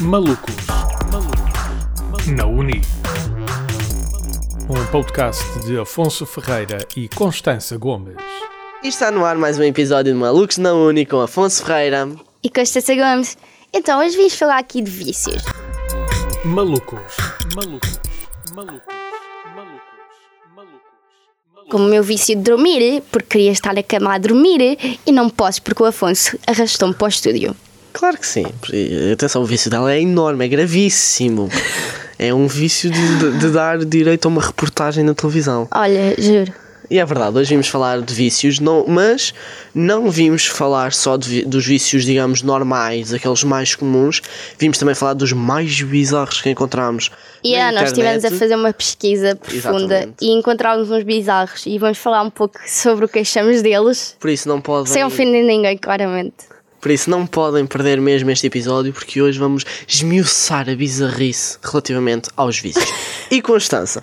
Malucos. Na Uni. Um podcast de Afonso Ferreira e Constança Gomes. E está no ar mais um episódio de Malucos na Uni com Afonso Ferreira. e Constança Gomes. Então, hoje vimos falar aqui de vícios. Malucos. Malucos. Malucos. Malucos. Malucos. Como o meu vício de dormir, porque queria estar na cama a dormir e não posso porque o Afonso arrastou-me para o estúdio. Claro que sim. E, Atenção, o vício dela é enorme, é gravíssimo. É um vício de, de- de dar direito a uma reportagem na televisão. Olha, juro. E é verdade, hoje vimos falar de vícios, não, mas não vimos falar só de vi- dos vícios, digamos, normais, aqueles mais comuns. Vimos também falar dos mais bizarros que encontramos. E na ah, nós estivemos a internet. fazer uma pesquisa profunda Exatamente. e encontramos uns bizarros e vamos falar um pouco sobre o que achamos deles, Por isso não podem. sem ofender ninguém, claramente. Por isso não podem perder mesmo este episódio porque hoje vamos esmiuçar a bizarrice relativamente aos vícios. e Constança,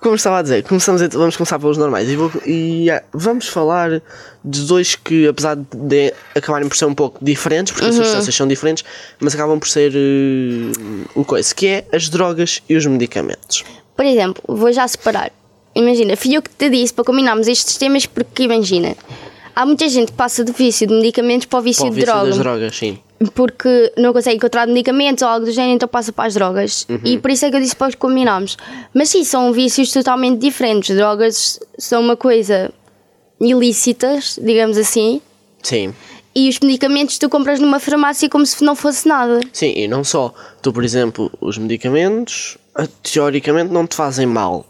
como estava a dizer, começamos a- vamos começar pelos normais e, vou- e, ah, vamos falar de dois que apesar de acabarem por ser um pouco diferentes, porque as substâncias são diferentes, mas acabam por ser eh, o coisa, que é as drogas e os medicamentos. Por exemplo, vou já separar. Imagina, fui eu que te disse para combinarmos estes temas porque, imagina, há muita gente que passa do vício de medicamentos para o vício, Para o de vício das droga. drogas, sim. porque não consegue encontrar medicamentos ou algo do género, então passa para as drogas. E Uhum. por isso é que eu disse para os combinarmos. Mas sim, são vícios totalmente diferentes. Drogas são uma coisa ilícitas, digamos assim, Sim. e os medicamentos tu compras numa farmácia como se não fosse nada. Sim, e não só. Tu, por exemplo, os medicamentos ah, teoricamente não te fazem mal.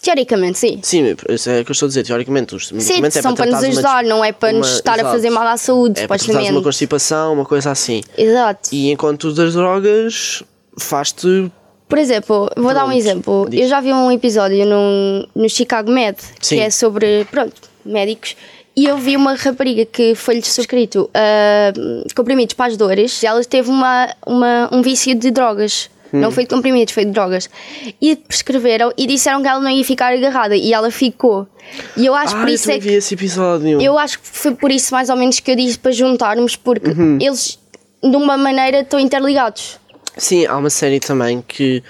Teoricamente, sim. Sim, isso é o que eu estou a dizer, teoricamente. Os Sim, medicamentos é são para nos tratares uma- ajudar, não é para nos uma- estar exato. a fazer mal à saúde, É para tratares supostamente. uma constipação, uma coisa assim. Exato. E enquanto das drogas, faz-te. Por exemplo, vou dar um Pronto, exemplo. diz. Eu já vi um episódio no, no Chicago Med, Sim. que é sobre, pronto, médicos. E eu vi uma rapariga que foi-lhe subscrito ah, comprimidos para as dores. Ela teve uma, uma, um vício de drogas. Hum. Não foi de comprimidos, foi de drogas. E prescreveram e disseram que ela não ia ficar agarrada. E ela ficou. E eu acho Ah, por eu isso também é vi que. esse episódio. Eu acho que foi por isso, mais ou menos, que eu disse para juntarmos, porque Uhum. eles, de uma maneira, estão interligados. Sim, há uma série também que.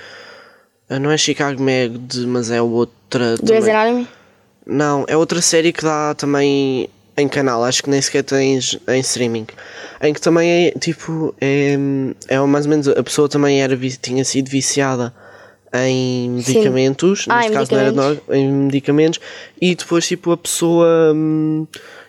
ah, Não é Chicago Med, mas é outra. também. Grey's Anatomy. Não, é outra série que dá também em canal, acho que nem sequer tens em streaming. Em que também é tipo. É, é mais ou menos. A pessoa também era, vi- tinha sido viciada em medicamentos, Ah, neste em caso não era medicamentos. droga, em medicamentos, e depois tipo a pessoa. hum,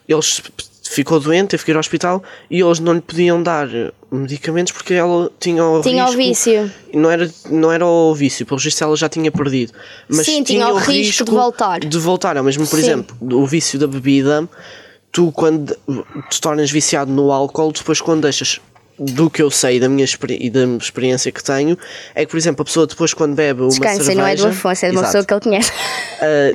eles ficou doente, teve que ir ao hospital e eles não lhe podiam dar medicamentos porque ela tinha o Tinha o risco- vício. não era, não era o vício, pelo visto ela já tinha perdido. Mas Sim, tinha o risco de voltar. De voltar, é o mesmo, por Sim. exemplo, o vício da bebida, tu quando te tornas viciado no álcool, depois quando deixas. Do que eu sei da minha experi- e da experiência que tenho, é que, por exemplo, a pessoa depois quando bebe uma Descansa, cerveja... não é do Afonso, é de uma Exato. pessoa que ele conhece.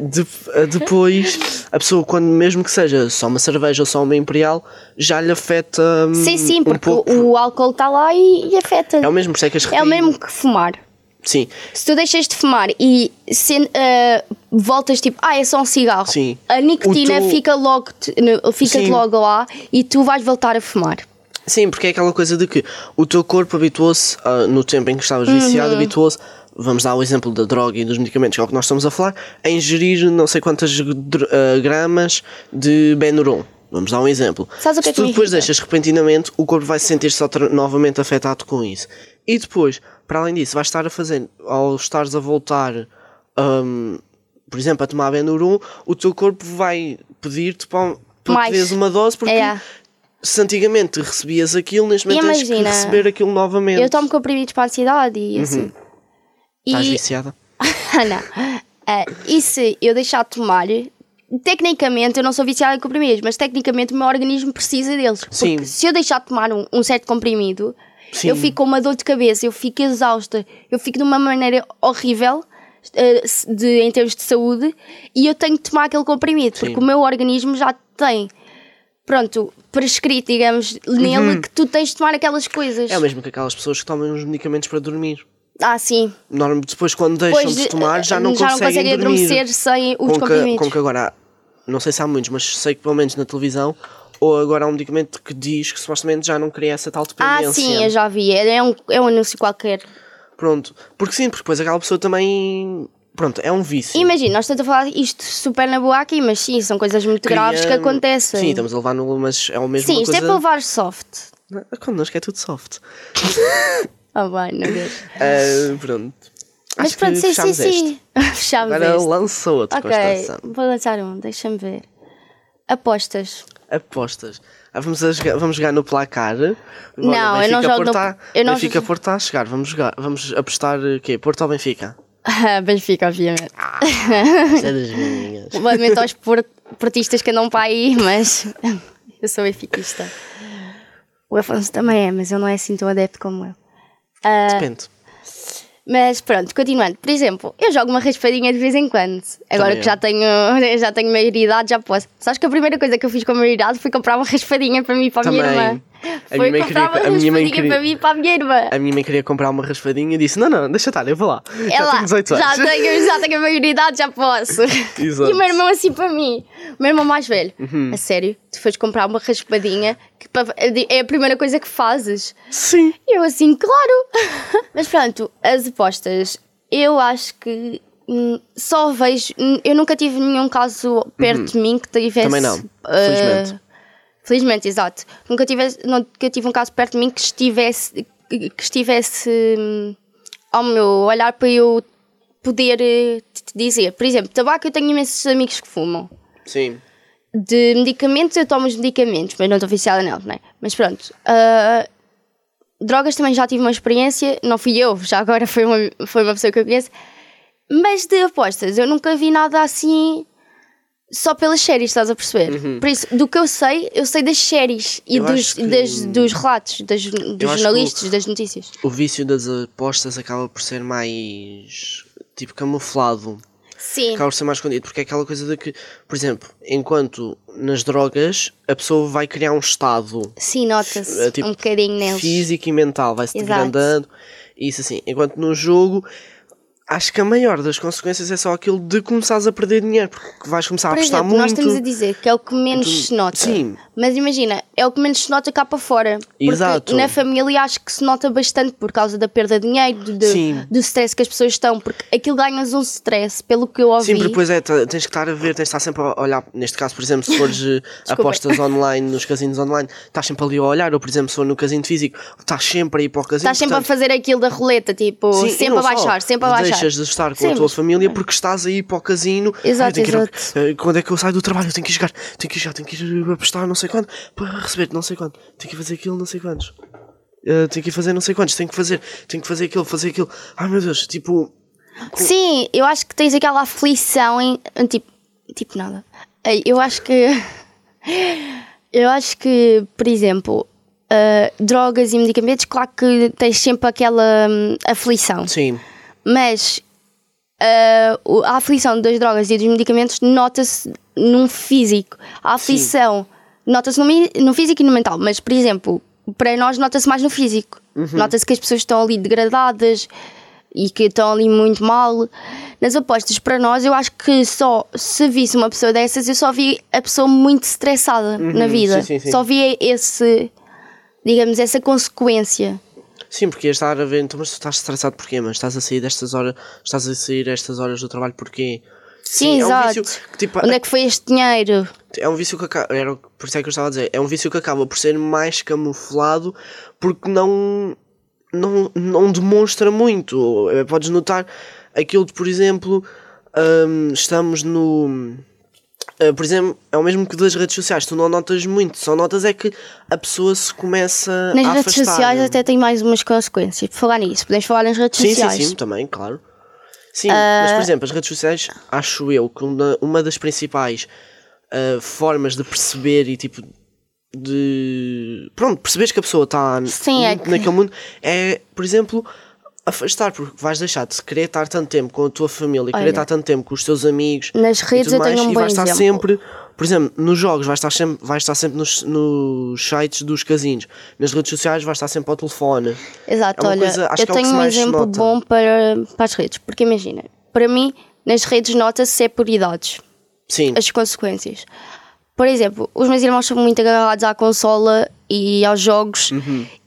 Uh, de- uh, depois, a pessoa, quando mesmo que seja só uma cerveja ou só uma imperial, já lhe afeta. hum, Sim, sim, um porque pouco. o álcool está lá e, e afeta. É o mesmo, por isso é que as É o retin- mesmo que fumar. Sim, Se tu deixas de fumar e se- ah, voltas tipo, ah, é só um cigarro, Sim. a O nicotina teu- fica, logo, te- no- fica Sim. logo lá e tu vais voltar a fumar. Sim, porque é aquela coisa de que o teu corpo habituou-se, ah, no tempo em que estavas Uhum. viciado, habituou-se, vamos dar o exemplo da droga e dos medicamentos, que é o que nós estamos a falar, a ingerir não sei quantas dr- ah, gramas de Benuron. Vamos dar um exemplo. Sabes o que Se é que tu me depois irrita? deixas repentinamente, o corpo vai se sentir-se outra- novamente afetado com isso. E depois, para além disso, vais estar a fazer, ao estares a voltar ahm, por exemplo, a tomar Benurum, o teu corpo vai pedir-te para, um- para Mais. que dês uma dose, porque É. se antigamente recebias aquilo, neste momento E tens que imagina, receber aquilo novamente. Eu tomo comprimidos para a ansiedade e assim. Uhum. Estás E, viciada? Ah, não. Ah, e se eu deixar de tomar, tecnicamente eu não sou viciada em comprimidos, mas tecnicamente o meu organismo precisa deles. Porque Sim. se eu deixar de tomar um, um certo comprimido, Sim. eu fico com uma dor de cabeça, eu fico exausta, eu fico de uma maneira horrível. ah, se- de- em termos de saúde, e eu tenho que tomar aquele comprimido porque o meu organismo já tem, pronto, prescrito, digamos, nele que tu tens de tomar aquelas coisas. Uhum. É o mesmo que aquelas pessoas que tomam uns medicamentos para dormir. Ah, sim, Norma- Depois, quando deixam Pois, de tomar, já eh, não já não conseguem, conseguem dormir. adormecer sem os com que, comprimidos. com que agora, há- não sei se há muitos, mas sei que pelo menos na televisão, Ou agora há um medicamento que diz que supostamente já não cria essa tal dependência. Ah, sim, eu já vi. É um, é um anúncio qualquer. Pronto. Porque sim, porque depois aquela pessoa também. Pronto, é um vício. Imagina, nós estamos a falar isto super na boa aqui, mas sim, são coisas muito Cria- um- graves que acontecem. Sim, estamos a levar no. Mas é o mesmo Sim, uma isto coisa. é para levar soft. Não, Connosco é tudo soft. Oh, bem, meu Deus. Ah, pronto. Mas Acho que pronto, sim, sim, fechámos este. sim. Fechámos Agora é este. lança outro, Ok, Constança. vou lançar um, deixa-me ver. Apostas. Apostas. Ah, vamos, a jogar, vamos jogar no placar. Não, eu não Benfica, jogo Porto no- a- eu não Benfica jogo- Porto está a chegar. Vamos, jogar, vamos apostar o quê? Porto ou Benfica? Benfica, obviamente. Isto é das minhas. Lamento aos por- portistas que andam para aí, mas eu sou benfiquista. O Afonso também é, mas eu não é assim tão adepto como eu. Ah, Depende. Mas pronto, continuando. Por exemplo, eu jogo uma raspadinha de vez em quando. Agora Também é. eu. que já tenho, já tenho maioridade, já posso. Sabes que a primeira coisa que eu fiz com a maioridade foi comprar uma raspadinha para mim e para a minha Também. irmã. A minha foi mãe comprar queria- a uma minha mãe raspadinha queria- para mim e para a minha irmã. A minha mãe queria comprar uma raspadinha e disse: Não, não, deixa estar, eu vou lá. É já lá, tenho 18 anos. já tenho, já tenho a maioridade, já posso. Exato. Uhum. E o meu irmão assim para mim. O meu irmão mais velho. A sério, tu foste comprar uma raspadinha que pa- é a primeira coisa que fazes. Sim. E Eu assim, claro. Mas pronto, as apostas. Eu acho que hum, só vejo. hum, Eu nunca tive nenhum caso perto de mim que tivesse. Uhum. Também não, ah, felizmente. Felizmente, exato. Nunca tivesse, nunca tive um caso perto de mim que estivesse, que que estivesse hum, ao meu olhar para eu poder eh, te te dizer. Por exemplo, tabaco eu tenho imensos amigos que fumam. Sim. De medicamentos eu tomo os medicamentos, mas não estou viciada nela, não é? Mas pronto. ah, drogas também já tive uma experiência, não fui eu, já agora foi uma, foi uma pessoa que eu conheço. Mas de apostas, eu nunca vi nada assim só pelas séries, estás a perceber? Por isso, do que eu sei, eu sei das séries e Uhum. Eu dos, acho que- das- dos relatos, das- Eu dos acho que jornalistas, das notícias. O vício das apostas acaba por ser mais. tipo camuflado. Sim. acaba por ser mais escondido, porque é aquela coisa de que, por exemplo, enquanto nas drogas a pessoa vai criar um estado Sim, nota-se eh, tipo, um bocadinho neles. físico e mental, vai-se Exato. degradando, e isso assim, enquanto no jogo acho que a maior das consequências é só aquilo de começares a perder dinheiro, porque vais começar a Por apostar exemplo, muito. nós estamos a dizer que é o que menos Então, se nota. sim. Mas imagina, é o que menos se nota cá para fora. Porque Exato. na família acho que se nota bastante por causa da perda de dinheiro, do, do- Sim. do stress que as pessoas estão, porque aquilo ganhas um stress, pelo que eu ouvi. Sim, porque depois é, t- tens que estar a ver, tens de estar sempre a olhar. Neste caso, por exemplo, se fores eh, apostas online, nos casinos online, estás sempre ali a olhar, ou por exemplo, se for no casino físico, estás sempre a ir para o casino. Estás sempre portanto, a fazer aquilo da roleta, tipo, Sim, e sempre não a baixar, assim, só. sempre a baixar. Deixas de estar com a Sim, tua mas- família porque estás aí para o casino. Exato, eu tenho que ir- exato. eh, quando é que eu saio do trabalho? Eu tenho que ir jogar, tenho que ir jogar, tenho que ir apostar não sei quando, para receber não sei quando, tenho que ir fazer aquilo não sei quantos. Eh, tenho que ir fazer não sei quantos, tenho que fazer, tenho que fazer aquilo, fazer aquilo. Ai meu Deus, tipo, Sim, eu acho que tens aquela aflição em. em Tipo, tipo nada. Ei, Eu acho que. Eu acho que, por exemplo, ah, drogas e medicamentos, claro que tens sempre aquela hum, aflição. sim, Mas ah, o- a aflição das drogas e dos medicamentos nota-se num físico. A aflição nota-se no, mi- no físico e no mental. Mas, por exemplo, para nós nota-se mais no físico. Uhum. Nota-se que as pessoas estão ali degradadas e que estão ali muito mal. Nas apostas, para nós, eu acho que só se visse uma pessoa dessas, eu só vi a pessoa muito estressada na vida. Uhum. sim, sim, sim. Só vi esse, digamos, essa consequência. sim, porque ias estar a ver, então, mas tu estás estressado porquê? Mas estás a sair destas horas, estás a sair estas horas do trabalho porquê? Sim, é um exato. vício que, tipo, Onde é que foi este dinheiro? É um vício que acaba. Era, o que- por isso é que eu estava a dizer. É um vício que acaba por ser mais camuflado porque não. Não, não demonstra muito. Eh, Podes notar aquilo de, por exemplo, hum, estamos no. eh, por exemplo, é o mesmo que das redes sociais. Tu não notas muito. Só notas é que a pessoa se começa Nas a redes afastar. sociais até tem mais umas consequências. Por falar nisso, podemos falar nas redes Sim, sim, sociais. Ah, sim, também, claro. Sim, mas por exemplo, as redes sociais, acho eu que uma, uma das principais ah, formas de perceber e tipo de. Pronto, perceberes que a pessoa está Sim, é que- naquele mundo é, por exemplo, afastar, porque vais deixar de querer estar tanto tempo com a tua família, querer Olha, estar tanto tempo com os teus amigos. nas e redes tudo eu tenho mais, um e bom vais estar exemplo. sempre. Por exemplo, nos jogos vais estar sempre, vais estar sempre nos, nos sites dos casinos, nas redes sociais vais estar sempre ao telefone. Exato, É uma olha, coisa- acho eu que é o que tenho se um mais se exemplo nota. bom para, para as redes. Porque imagina, para mim, nas redes nota-se é por idades Sim. as consequências. Por Por exemplo, os meus irmãos são muito agarrados à consola e aos jogos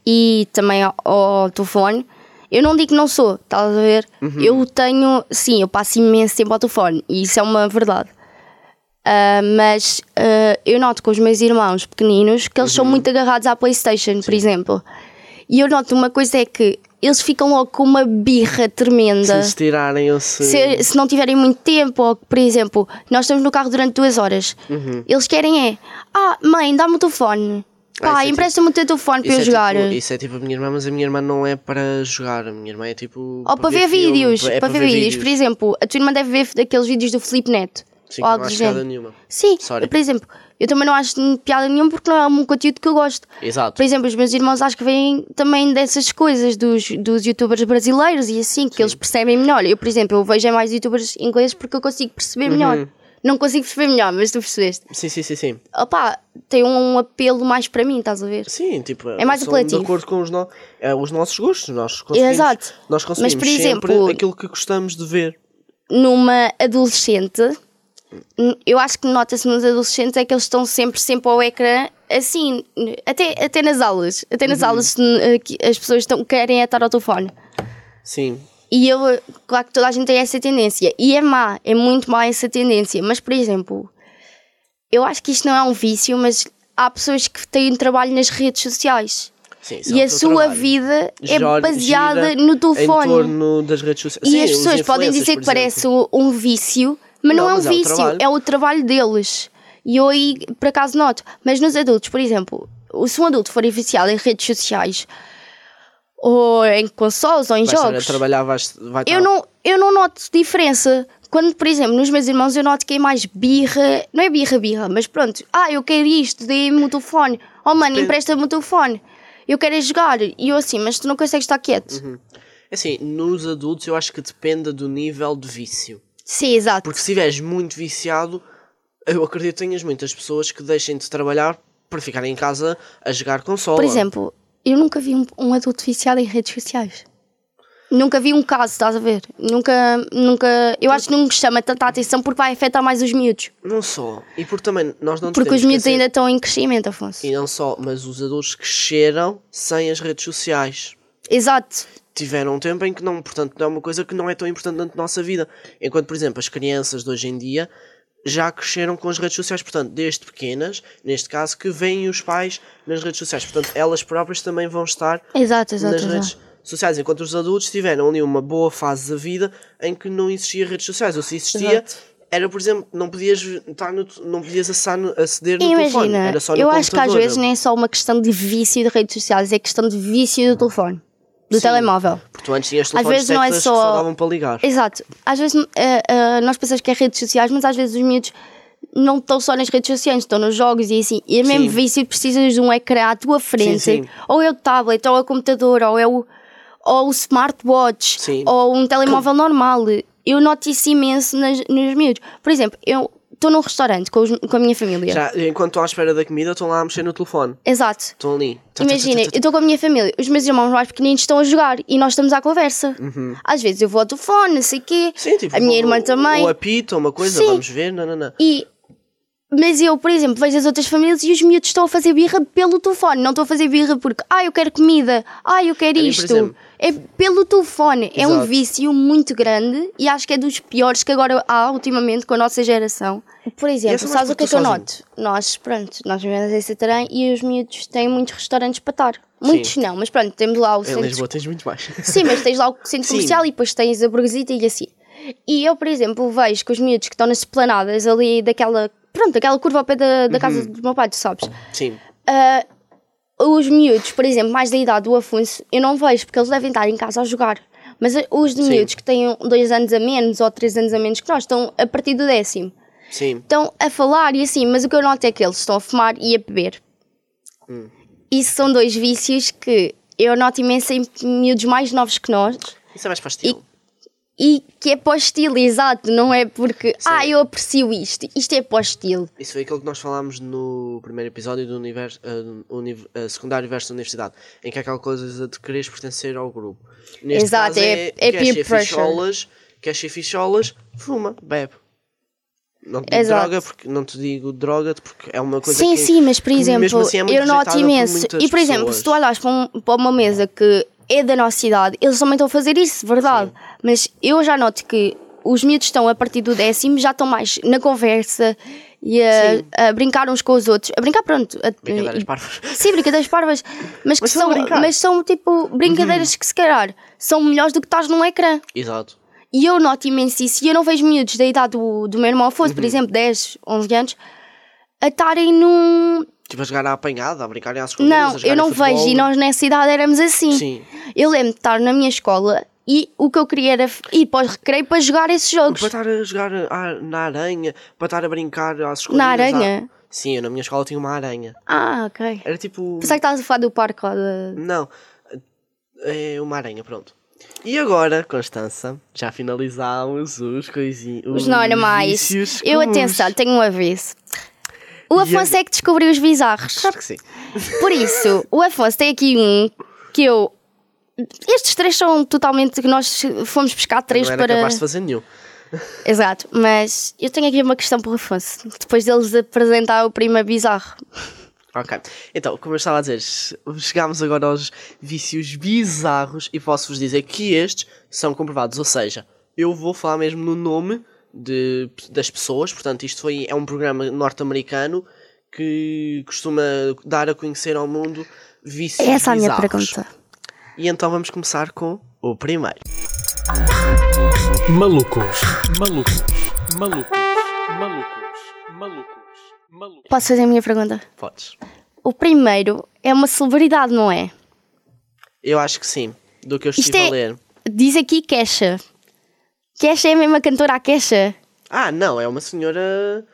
e também ao, ao telefone. Eu não digo que não sou, estás a ver? Eu tenho, sim, eu passo imenso tempo ao telefone e isso é uma verdade. Ah, mas ah, eu noto com os meus irmãos pequeninos que eles são muito agarrados à PlayStation, por exemplo. E eu noto uma coisa é que eles ficam logo com uma birra Se tremenda eles tirarem ou se. se, se não tiverem muito tempo, ou, por exemplo, nós estamos no carro durante duas horas, eles querem é: Ah, mãe, dá-me o telefone. Uhum. Ah, isso é Pá, tipo- empresta-me o teu telefone para eu é jogar. Tipo, isso é tipo a minha irmã, mas a minha irmã não é para jogar. A minha irmã é tipo. Ou Oh, para ver filme, vídeos. é para ver vídeos. Por exemplo, a tua irmã deve ver aqueles vídeos do Felipe Neto. Sim, ou que algo não há do chegada género. nenhuma. Sim, Sorry. por exemplo, eu também não acho piada nenhuma porque não é um conteúdo que eu gosto. Exato. Por exemplo, os meus irmãos acho que vêm também dessas coisas dos, dos youtubers brasileiros e assim, que eles percebem melhor. Eu, por exemplo, eu vejo é mais youtubers ingleses porque eu consigo perceber melhor. Não consigo perceber melhor, mas tu percebeste. Sim, sim, sim, sim. Opá, tem um apelo mais para mim, estás a ver? Sim, tipo, É mais são apelativo. de acordo com os, no- eh, os nossos gostos. Nós conseguimos, Exato. Nós Mas, conseguimos por sempre exemplo- aquilo que gostamos de ver. Numa adolescente, n- eu acho que nota-se nos adolescentes é que eles estão sempre, sempre ao ecrã, assim, n- até, até nas aulas. Até nas aulas n- eh, que as pessoas estão, querem é estar ao telefone. Sim. E eu, claro que toda a gente tem essa tendência. E é má, é muito má essa tendência. Mas, por exemplo, eu acho que isto não é um vício, mas há pessoas que têm trabalho nas redes sociais. sim isso é E o a teu sua trabalho. vida é Gira- baseada gira no Em telefone. torno das redes sociais. E Sim, as os pessoas podem influencers, dizer por que exemplo. parece um um vício, mas não, Não, é um mas é o vício, trabalho. é o trabalho deles. E eu aí, por acaso, noto. Mas nos adultos, por exemplo, se um adulto for viciado em redes sociais, ou em consoles, ou em Vais estar a um jogos trabalhar, vais, vai estar- eu não, eu não noto diferença. Quando, por exemplo, nos meus irmãos eu noto que é mais birra, não é birra, birra, mas pronto, ah, eu quero isto, dê-me o telefone, oh mano, empresta-me o telefone, eu quero é jogar, e eu assim, mas tu não consegues estar quieto. Assim, nos adultos eu acho que depende do nível de vício. Sim, exato. Porque se estiveres muito viciado, eu acredito que tenhas muitas pessoas que deixem de trabalhar para ficarem em casa a jogar consola. Por exemplo, eu nunca vi um, um adulto viciado em redes sociais. Nunca vi um caso, estás a ver? Nunca, nunca, eu acho que não me chama tanta atenção porque vai afetar mais os miúdos. Não só. E porque também nós não nos Porque podemos os miúdos esquecer- ainda estão em crescimento, Afonso. E não só, mas os adultos cresceram sem as redes sociais. Exato. Tiveram um tempo em que não, portanto, não é uma coisa que não é tão importante na nossa vida. Enquanto, por exemplo, as crianças de hoje em dia já cresceram com as redes sociais, portanto, desde pequenas, neste caso, que veem os pais nas redes sociais. Portanto, elas próprias também vão estar Exato, exato, nas exato. redes sociais, enquanto os adultos tiveram ali uma boa fase da vida em que não existia redes sociais, ou se existia, Exato. era por exemplo, não podias estar no, te- não podias acessar no, aceder no telefone, Imagina, era só no eu computador. acho que às vezes nem é só uma questão de vício de redes sociais, é questão de vício do telefone, do telemóvel. Porque tu antes tinhas telefones vezes não é teclas que só- só davam para ligar. Exato. Às vezes eh, eh, nós pensamos que é redes sociais, mas às vezes os miúdos não estão só nas redes sociais, estão nos jogos e assim. E é mesmo Sim. vício, precisas de um ecrã à tua frente, Sim, sim. ou é o tablet, ou é o computador, ou é o, ou o smartwatch, Sim. ou um telemóvel normal. Eu noto isso imenso nas, nos miúdos. Por exemplo, eu estou num restaurante com, os- com a minha família. Já, enquanto estou à espera da comida, estão lá a mexer no telefone. Exato. Estão ali. Tá, tá, tá, Imagina, eu tá, tá, estou com a minha família, os meus irmãos mais pequeninos estão a jogar e nós estamos à conversa. Às vezes eu vou ao telefone, não sei o quê. tá. Uhum. Sim, tipo, a minha um- irmã também. Um apito, ou uma coisa, Sim. vamos ver, não, não, não. E. Mas eu, por exemplo, vejo as outras famílias e os miúdos estão a fazer birra pelo telefone. Não estão a fazer birra porque, ah, eu quero comida, ah, eu quero Olhem, por isto. exemplo- é pelo telefone. É um Exato. vício muito grande e acho que é dos piores que agora há ultimamente com a nossa geração. Por essa exemplo, mais sabes o que é que porque eu tu noto? Nós, pronto, nós vivemos em Santarém e os miúdos têm muitos restaurantes para estar. Muitos não, mas pronto, temos lá o Em centro Lisboa tens muito mais. Sim, mas tens lá o centro Sim. comercial e depois tens a burguesita e assim. E eu, por exemplo, vejo que os miúdos que estão nas esplanadas ali daquela. Pronto, daquela curva ao pé da, da casa do meu pai, tu sabes? Sim. Os miúdos, por exemplo, mais da idade do Afonso, eu não vejo porque eles devem estar em casa a jogar. Mas eh, os de miúdos que têm dois anos a menos ou três anos a menos que nós estão a partir do décimo. Sim. Estão a falar e assim, mas o que eu noto é que eles estão a fumar e a beber. Isso são dois vícios que eu noto imenso em miúdos mais novos que nós. Isso é mais pastil. e que é para o estilo, exato, não é porque ah, eu aprecio isto, isto é para o estilo. Isso foi aquilo que nós falámos no primeiro episódio do universo, ah, univ- ah, secundário versus universidade, em que é aquela coisa de quereres pertencer ao grupo. Neste Exato, caso é- é queres peer ser pressure. ficholas, queres ser ficholas, fuma, bebe. Não te digo Exato. droga, porque não te digo droga porque é uma coisa Sim, que sim, mas por que mesmo exemplo, assim é muito eu noto rejeitada por imenso. E por muitas exemplo, se tu pessoas. olhas para, um- para uma mesa que é da nossa idade, eles também estão a fazer isso, verdade. Mas eu já noto que os miúdos estão a partir do décimo, já estão mais na conversa e a, a brincar uns com os outros. A brincar, pronto. A, Brincadeiras e- parvas. Sim, brincadeiras parvas. Mas, que Mas estão a são, brincar. Uhum. mas são tipo brincadeiras que se calhar são melhores do que estás num ecrã. Exato. E eu noto imenso isso. E eu não vejo miúdos da idade do, do meu irmão Afonso, Uhum. por exemplo, 10, 11 anos, a estarem num. Tipo, a jogar à apanhada, a brincarem às escondidas, a Não, eu jogarem não futebol. vejo. E nós nessa idade éramos assim. Sim. Eu lembro de estar na minha escola e o que eu queria era f- ir para o recreio para jogar esses jogos. Para estar a jogar a- na aranha, para estar a brincar às escondidas. Na à- aranha? Sim, eu na minha escola tinha uma aranha. Ah, ok. Era tipo. Pensava que estavas a falar do parque lá da. Não. É uma aranha, pronto. E agora, Constança, já finalizámos os coisinhos. Mas não era mais. vícios Eu, comuns. atenção, tenho um aviso. O E Afonso é que descobriu os bizarros. Claro que sim. Por isso, o Afonso tem aqui um que eu. Estes três são totalmente que nós fomos buscar três Não era para. capaz de fazer nenhum. Exato, mas eu tenho aqui uma questão para o Afonso. Depois deles apresentar o primeiro bizarro. Ok. Então, como eu estava a dizer, chegámos agora aos vícios bizarros e posso-vos dizer que estes são comprovados. Ou seja, eu vou falar mesmo no nome de, das pessoas. Portanto, isto foi, é um programa norte-americano que costuma dar a conhecer ao mundo vícios Essa é a minha bizarros. pergunta. E então vamos começar com o primeiro. Malucos. Malucos. Malucos. Malucos. Malucos. Malucos. Posso fazer a minha pergunta? Podes. O primeiro é uma celebridade, não é? Eu acho que sim, do que eu estive Isto é- a ler. Diz aqui Kesha. Kesha é a mesma cantora a Kesha. Ah, não, é uma senhora.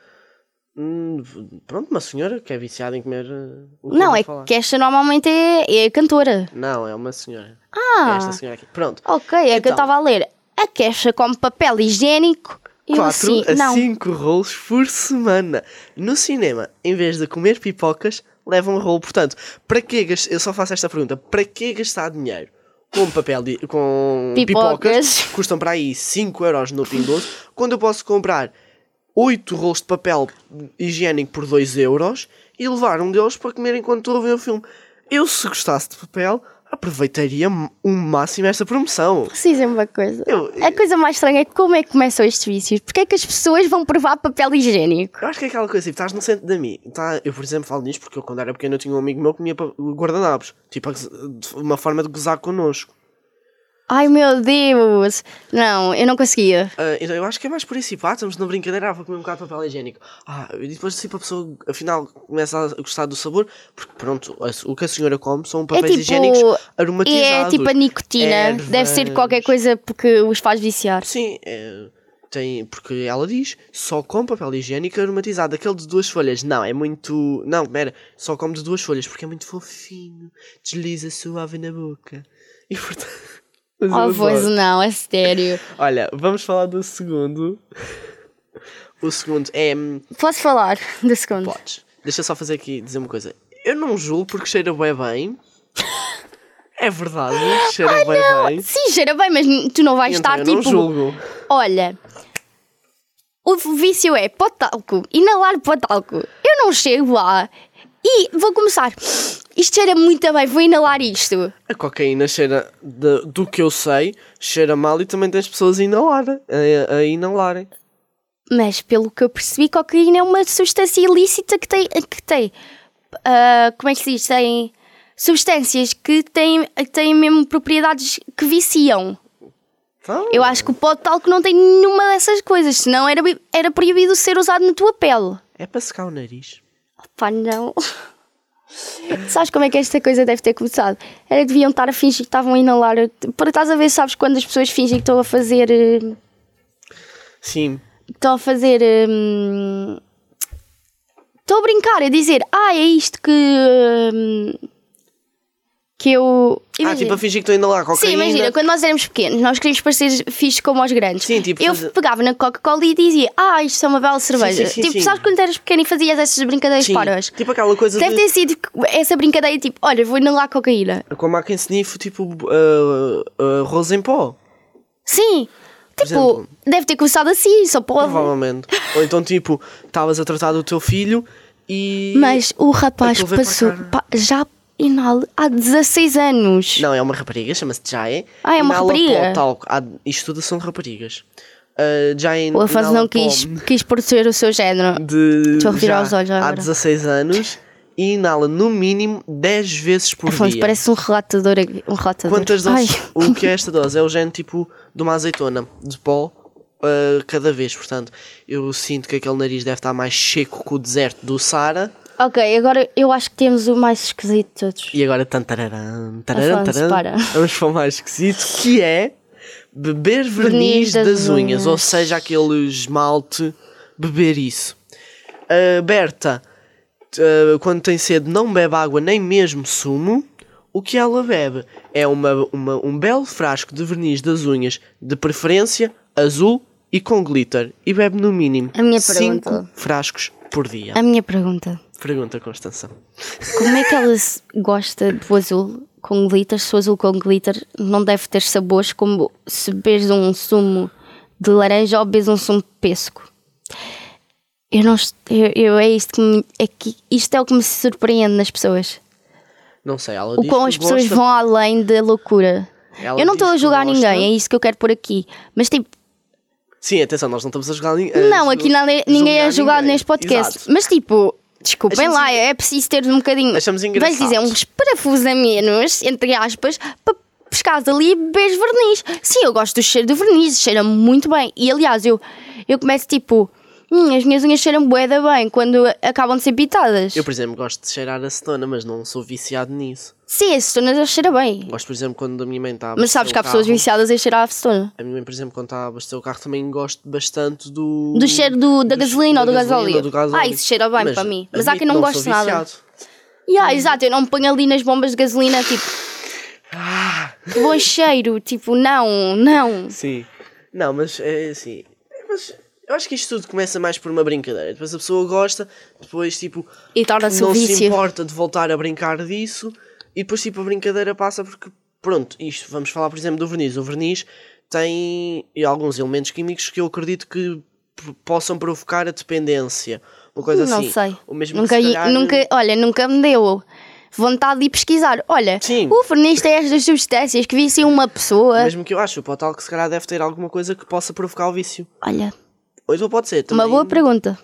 hum, Pronto, uma senhora que é viciada em comer. uh, o que eu Não, vou é falar. Kesha normalmente é, é cantora. Não, é uma senhora. É Ah, esta senhora aqui. Pronto. ok, é que Então. eu estava a ler. A Kesha come papel higiênico. Eu 4 assim, a não. 5 rolos por semana. No cinema, em vez de comer pipocas, leva um rolo. Portanto, para que gastar. Eu só faço esta pergunta: para que gastar dinheiro? Com papel de, com pipocas. Pipocas. custam para aí 5 euros no Pingoso, quando eu posso comprar 8 rolos de papel higiênico por 2 euros e levar um deles para comer enquanto estou a ver o filme. Eu, se gostasse de papel, aproveitaria o máximo esta promoção. Posso dizer uma coisa? Eu- A coisa mais estranha é como é que começam estes vícios. Porque é que as pessoas vão provar papel higiênico? Eu acho que é aquela coisa, tipo, estás no centro da mim. Tá, eu, por exemplo, falo nisto porque eu, quando era pequeno, eu tinha um amigo meu que comia pa- guardanapos. Tipo, a goz- de uma forma de gozar connosco. Ai meu Deus! Não, eu não conseguia. Ah, então, eu acho que é mais por isso. Tipo, ah, estamos na brincadeira, ah, vou comer um bocado de papel higiênico. Ah, e depois, tipo, a pessoa, afinal, começa a gostar do sabor. Porque, pronto, a- o que a senhora come são papéis tipo- higiênicos É, É aromatizados. tipo a nicotina. ervas. Deve ser qualquer coisa porque os faz viciar. Sim, é, tem, porque ela diz, só come papel higiênico aromatizado, aquele de duas folhas. Não, é muito. Não, pera, só come de duas folhas porque é muito fofinho, desliza suave na boca. E portanto. Mas eu Oh, adoro. pois não, é sério. Olha, vamos falar do segundo. O segundo é. hum, Posso falar do segundo? Podes. Deixa eu só fazer aqui dizer uma coisa. Eu não julgo porque cheira bem bem. É verdade, cheira bem bem. Sim, cheira bem, mas n- tu não vais Então, estar eu tipo. não julgo. Olha, o vício é pó de talco, inalar pó de talco. Eu não chego lá e vou começar. Isto cheira muito bem, vou inalar isto. A cocaína cheira, de- do que eu sei, cheira mal e também tens pessoas a inalar, a, a inalarem. Mas pelo que eu percebi, cocaína é uma substância ilícita que tem. Que tem ah, como é que se diz? Tem substâncias que têm, têm mesmo propriedades que viciam. Então, Eu acho que o pó de talco não tem nenhuma dessas coisas, senão era, bi- era proibido ser usado na tua pele. É para secar o nariz. Pá, não. sabes como é que esta coisa deve ter começado? Era que deviam estar a fingir que estavam a inalar. Por estás a ver, sabes quando as pessoas fingem que estão a fazer. eh, Sim. Ah, Estão a fazer. hum, Estou a brincar, a dizer, ah, é isto que. hum, que eu. Ah, tipo a fingir que estou a inalar cocaína. Sim, imagina, quando nós éramos pequenos, nós queríamos parecer fixos como os grandes. Sim, tipo, eu fazer- pegava na Coca-Cola e dizia, ah, isto é uma bela cerveja. sim, tipo, sim. sabes quando eras pequeno e fazias essas brincadeiras Sim, parvas? tipo aquela coisa Deve de- ter sido essa brincadeira tipo, olha, vou inalar cocaína. uh, Com a máquina em snifo, tipo, ah, ah, arroz em pó. Sim, Tipo, exemplo- deve ter começado assim, só pode. Provavelmente. Ou então, tipo, estavas a tratar do teu filho e. Mas o rapaz Aquilo veio para passou cá. pa- já penal há 16 anos. Não, é uma rapariga, chama-se Jae. Ah, é uma Inala rapariga? pó, talco. Há- isto tudo são raparigas. Uh, Jae O Afonso inala não quis, pó quis proteger o seu género. De, Deixa eu revirar já os olhos Há agora. 16 anos e inala no mínimo 10 vezes por Afonso, dia. parece um relatador. aqui- Um relatador. Quantas Ai, doses? O que é esta dose? É o gene tipo de uma azeitona de pó uh, cada vez. Portanto, eu sinto que aquele nariz deve estar mais seco que o deserto do Sara. Ok, agora eu acho que temos o mais esquisito de todos. E agora tantararam, tararam, Afonso, tararam, para. vamos para o mais esquisito, que é beber verniz, das, unhas, ou seja, aquele esmalte, beber isso. A Berta, t- ah, quando tem sede, não bebe água nem mesmo sumo. O que ela bebe é uma, uma- um belo frasco de verniz das unhas, de preferência azul e com glitter, e bebe no mínimo A minha cinco pergunta. frascos por dia. A minha pergunta: Pergunta, Constança. como é que ela se gosta do azul com glitter? Se o azul com glitter não deve ter sabores como se bebes um sumo de laranja ou bebes um sumo de pêssego. Eu não, est- eu, eu- é isto que me, é que isto é o que me surpreende nas pessoas. Não sei, ela O diz quão que as pessoas gosta- vão além da loucura. Ela eu não estou diz a que julgar gosta. ninguém, é isso que eu quero por aqui. Mas tipo, Sim, atenção, nós não estamos a eh, jogar. Não, aqui nada- ninguém é julgado neste podcast. Mas tipo, desculpem Achamos lá, engra- é preciso ter um bocadinho. Achamos Vais dizer engraçado. uns parafusos a menos, entre aspas, para pescares ali e beberes verniz. Sim, eu gosto do cheiro do verniz, cheira muito bem. E aliás, eu, eu começo tipo. "Hum, as minhas unhas cheiram boeda bem quando acabam de ser pitadas. Eu, por exemplo, gosto de cheirar a cetona, mas não sou viciado nisso. Sim, a cetona cheira bem. Gosto, por exemplo, quando a minha mãe está a abastecer Mas sabes o que há pessoas carro. viciadas em cheirar a cetona. A minha mãe, por exemplo, quando está a abastecer o carro, também gosto bastante do. Do cheiro do- da do- gasolina ou do gasóleo. do gasóleo. Ah, isso cheira bem Mas para mim. Mas há admito, quem não goste sou nada. viciado. Hum. Yeah, exato, eu não me ponho ali nas bombas de gasolina, tipo. Ah. Que bom cheiro, tipo, não, não. Sim. Não, mas é assim. é, Mas eu acho que isto tudo começa mais por uma brincadeira. Depois a pessoa gosta, depois, tipo, E torna-se um não se vício. importa de voltar a brincar disso e depois tipo a brincadeira passa porque pronto, isto vamos falar por exemplo do verniz. O verniz tem alguns elementos químicos que eu acredito que p- possam provocar a dependência. Uma coisa Hum, não assim. sei. O mesmo que Nunca, se i- calhar- eh, nunca, olha, nunca me deu vontade de ir pesquisar. Olha, Sim. o verniz tem estas substâncias que viciam uma pessoa. Mesmo que eu acho, o potal que se calhar deve ter alguma coisa que possa provocar o vício. Olha, Ou então pode ser. uma também- boa pergunta.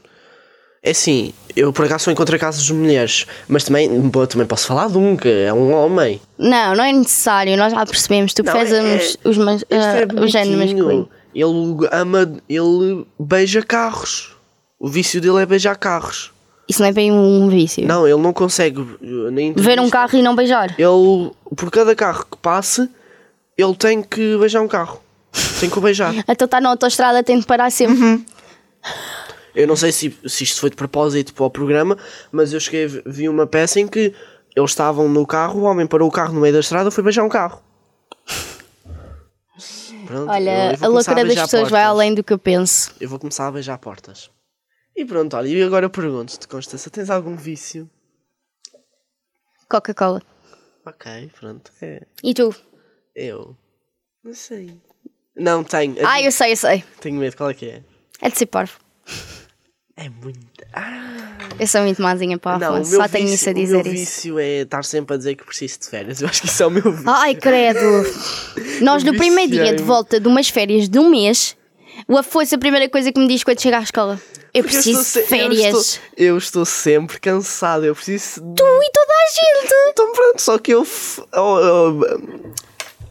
É assim, eu por acaso só encontro casos de mulheres, mas também, bom, também posso falar de um, que é um homem. Não, não é necessário, nós já percebemos. Tu Não, preferes é- os, os, mas- Este é ah, o género bonitinho. masculino. Ele ama, ele beija carros. O vício dele é beijar carros. Isso não é bem um vício. Não, ele não consegue eh, nem Ver um entrevista. carro e não beijar. Ele, por cada carro que passe, ele tem que beijar um carro. Tem que o beijar. Então está na autoestrada, tem de parar sempre. Uhum. Eu não sei se, se isto foi de propósito para o programa, mas eu cheguei, a ver- vi uma peça em que eles estavam no carro, o homem parou o carro no meio da estrada, foi beijar um carro. Pronto, eu vou Olha, a começar loucura das beijar pessoas vai portas. além do que eu penso. Eu vou começar a beijar portas. E pronto, olha, e agora eu pergunto-te, Constança, tens algum vício? Coca-Cola. Ok, pronto. É, E tu? eu. Não sei. Não, tenho. Ah, eu sei, eu sei. Tenho medo, qual é que é? É de ser parvo. É muito. Ah, Eu sou muito mazinha para não, Afonso. o meu Só tenho vício- isso a O dizer meu isso. vício é estar sempre a dizer que preciso de férias. Eu acho que isso é o meu vício. é Ai, credo. Nós, no primeiro dia de Viciei-me. volta de umas férias de um mês, o Afonso, a primeira coisa que me diz quando chega à escola: Eu Porque eu preciso estou de se- eu férias. estou- Eu estou sempre cansado, eu preciso. de- Tu e toda a gente. Então pronto, só que eu f- oh, oh,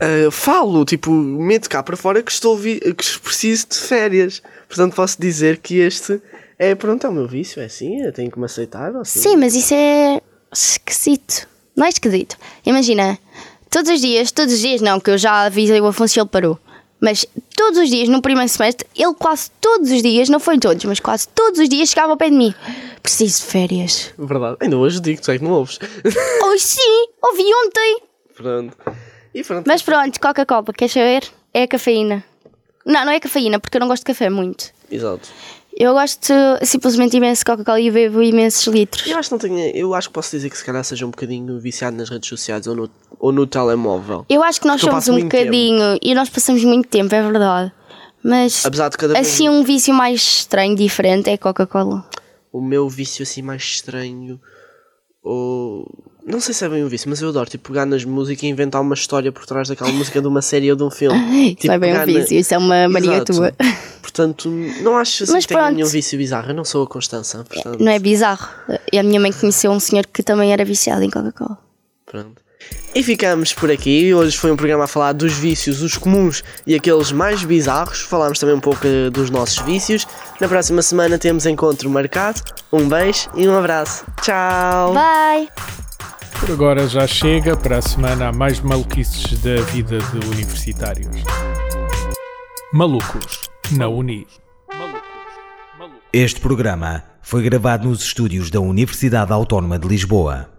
ah, falo, tipo, meto cá para fora que estou vi- que preciso de férias. Portanto, posso dizer que este é pronto, é o meu vício, é assim, eu tenho que me aceitar. Assim. Sim, mas isso é esquisito. Não é esquisito. Imagina, todos os dias, todos os dias não, que eu já avisei o Afonso e ele parou. Mas todos os dias, no primeiro semestre, ele quase todos os dias, não foi todos, mas quase todos os dias chegava ao pé de mim. Preciso de férias. Verdade. Ainda hoje digo, tu é que não ouves. Hoje sim, ouvi ontem. pronto. E pronto. Mas pronto, Coca-Cola, queres saber? É a cafeína. Não, não é cafeína, porque eu não gosto de café muito. Exato. Eu gosto simplesmente imenso de Coca-Cola e bebo imensos litros. Eu acho que não tenho. Eu acho que posso dizer que se calhar seja um bocadinho viciado nas redes sociais ou no, ou no telemóvel. Eu acho que nós Porque eu somos passo um muito tempo. bocadinho e nós passamos muito tempo, é verdade. Mas Apesar de cada vez- assim um vício mais estranho, diferente, é Coca-Cola. O meu vício assim mais estranho. Ou. Não sei se é bem um vício, mas eu adoro tipo, pegar nas músicas e inventar uma história por trás daquela música de uma série ou de um filme. Isso não é bem um pegar na- vício, isso é uma mania Exato. tua. Portanto, não acho assim Mas que tenha pronto. nenhum vício bizarro. Eu não sou a Constança, portanto. Não é bizarro. E a minha mãe conheceu um senhor que também era viciado em Coca-Cola. Pronto. E ficamos por aqui. Hoje foi um programa a falar dos vícios, os comuns e aqueles mais bizarros. Falámos também um pouco eh, dos nossos vícios. Na próxima semana temos encontro marcado. Um beijo e um abraço. Tchau! Bye! Por agora já chega, para a semana há mais maluquices da vida de universitários. Malucos, na Uni. Este programa foi gravado nos estúdios da Universidade Autónoma de Lisboa.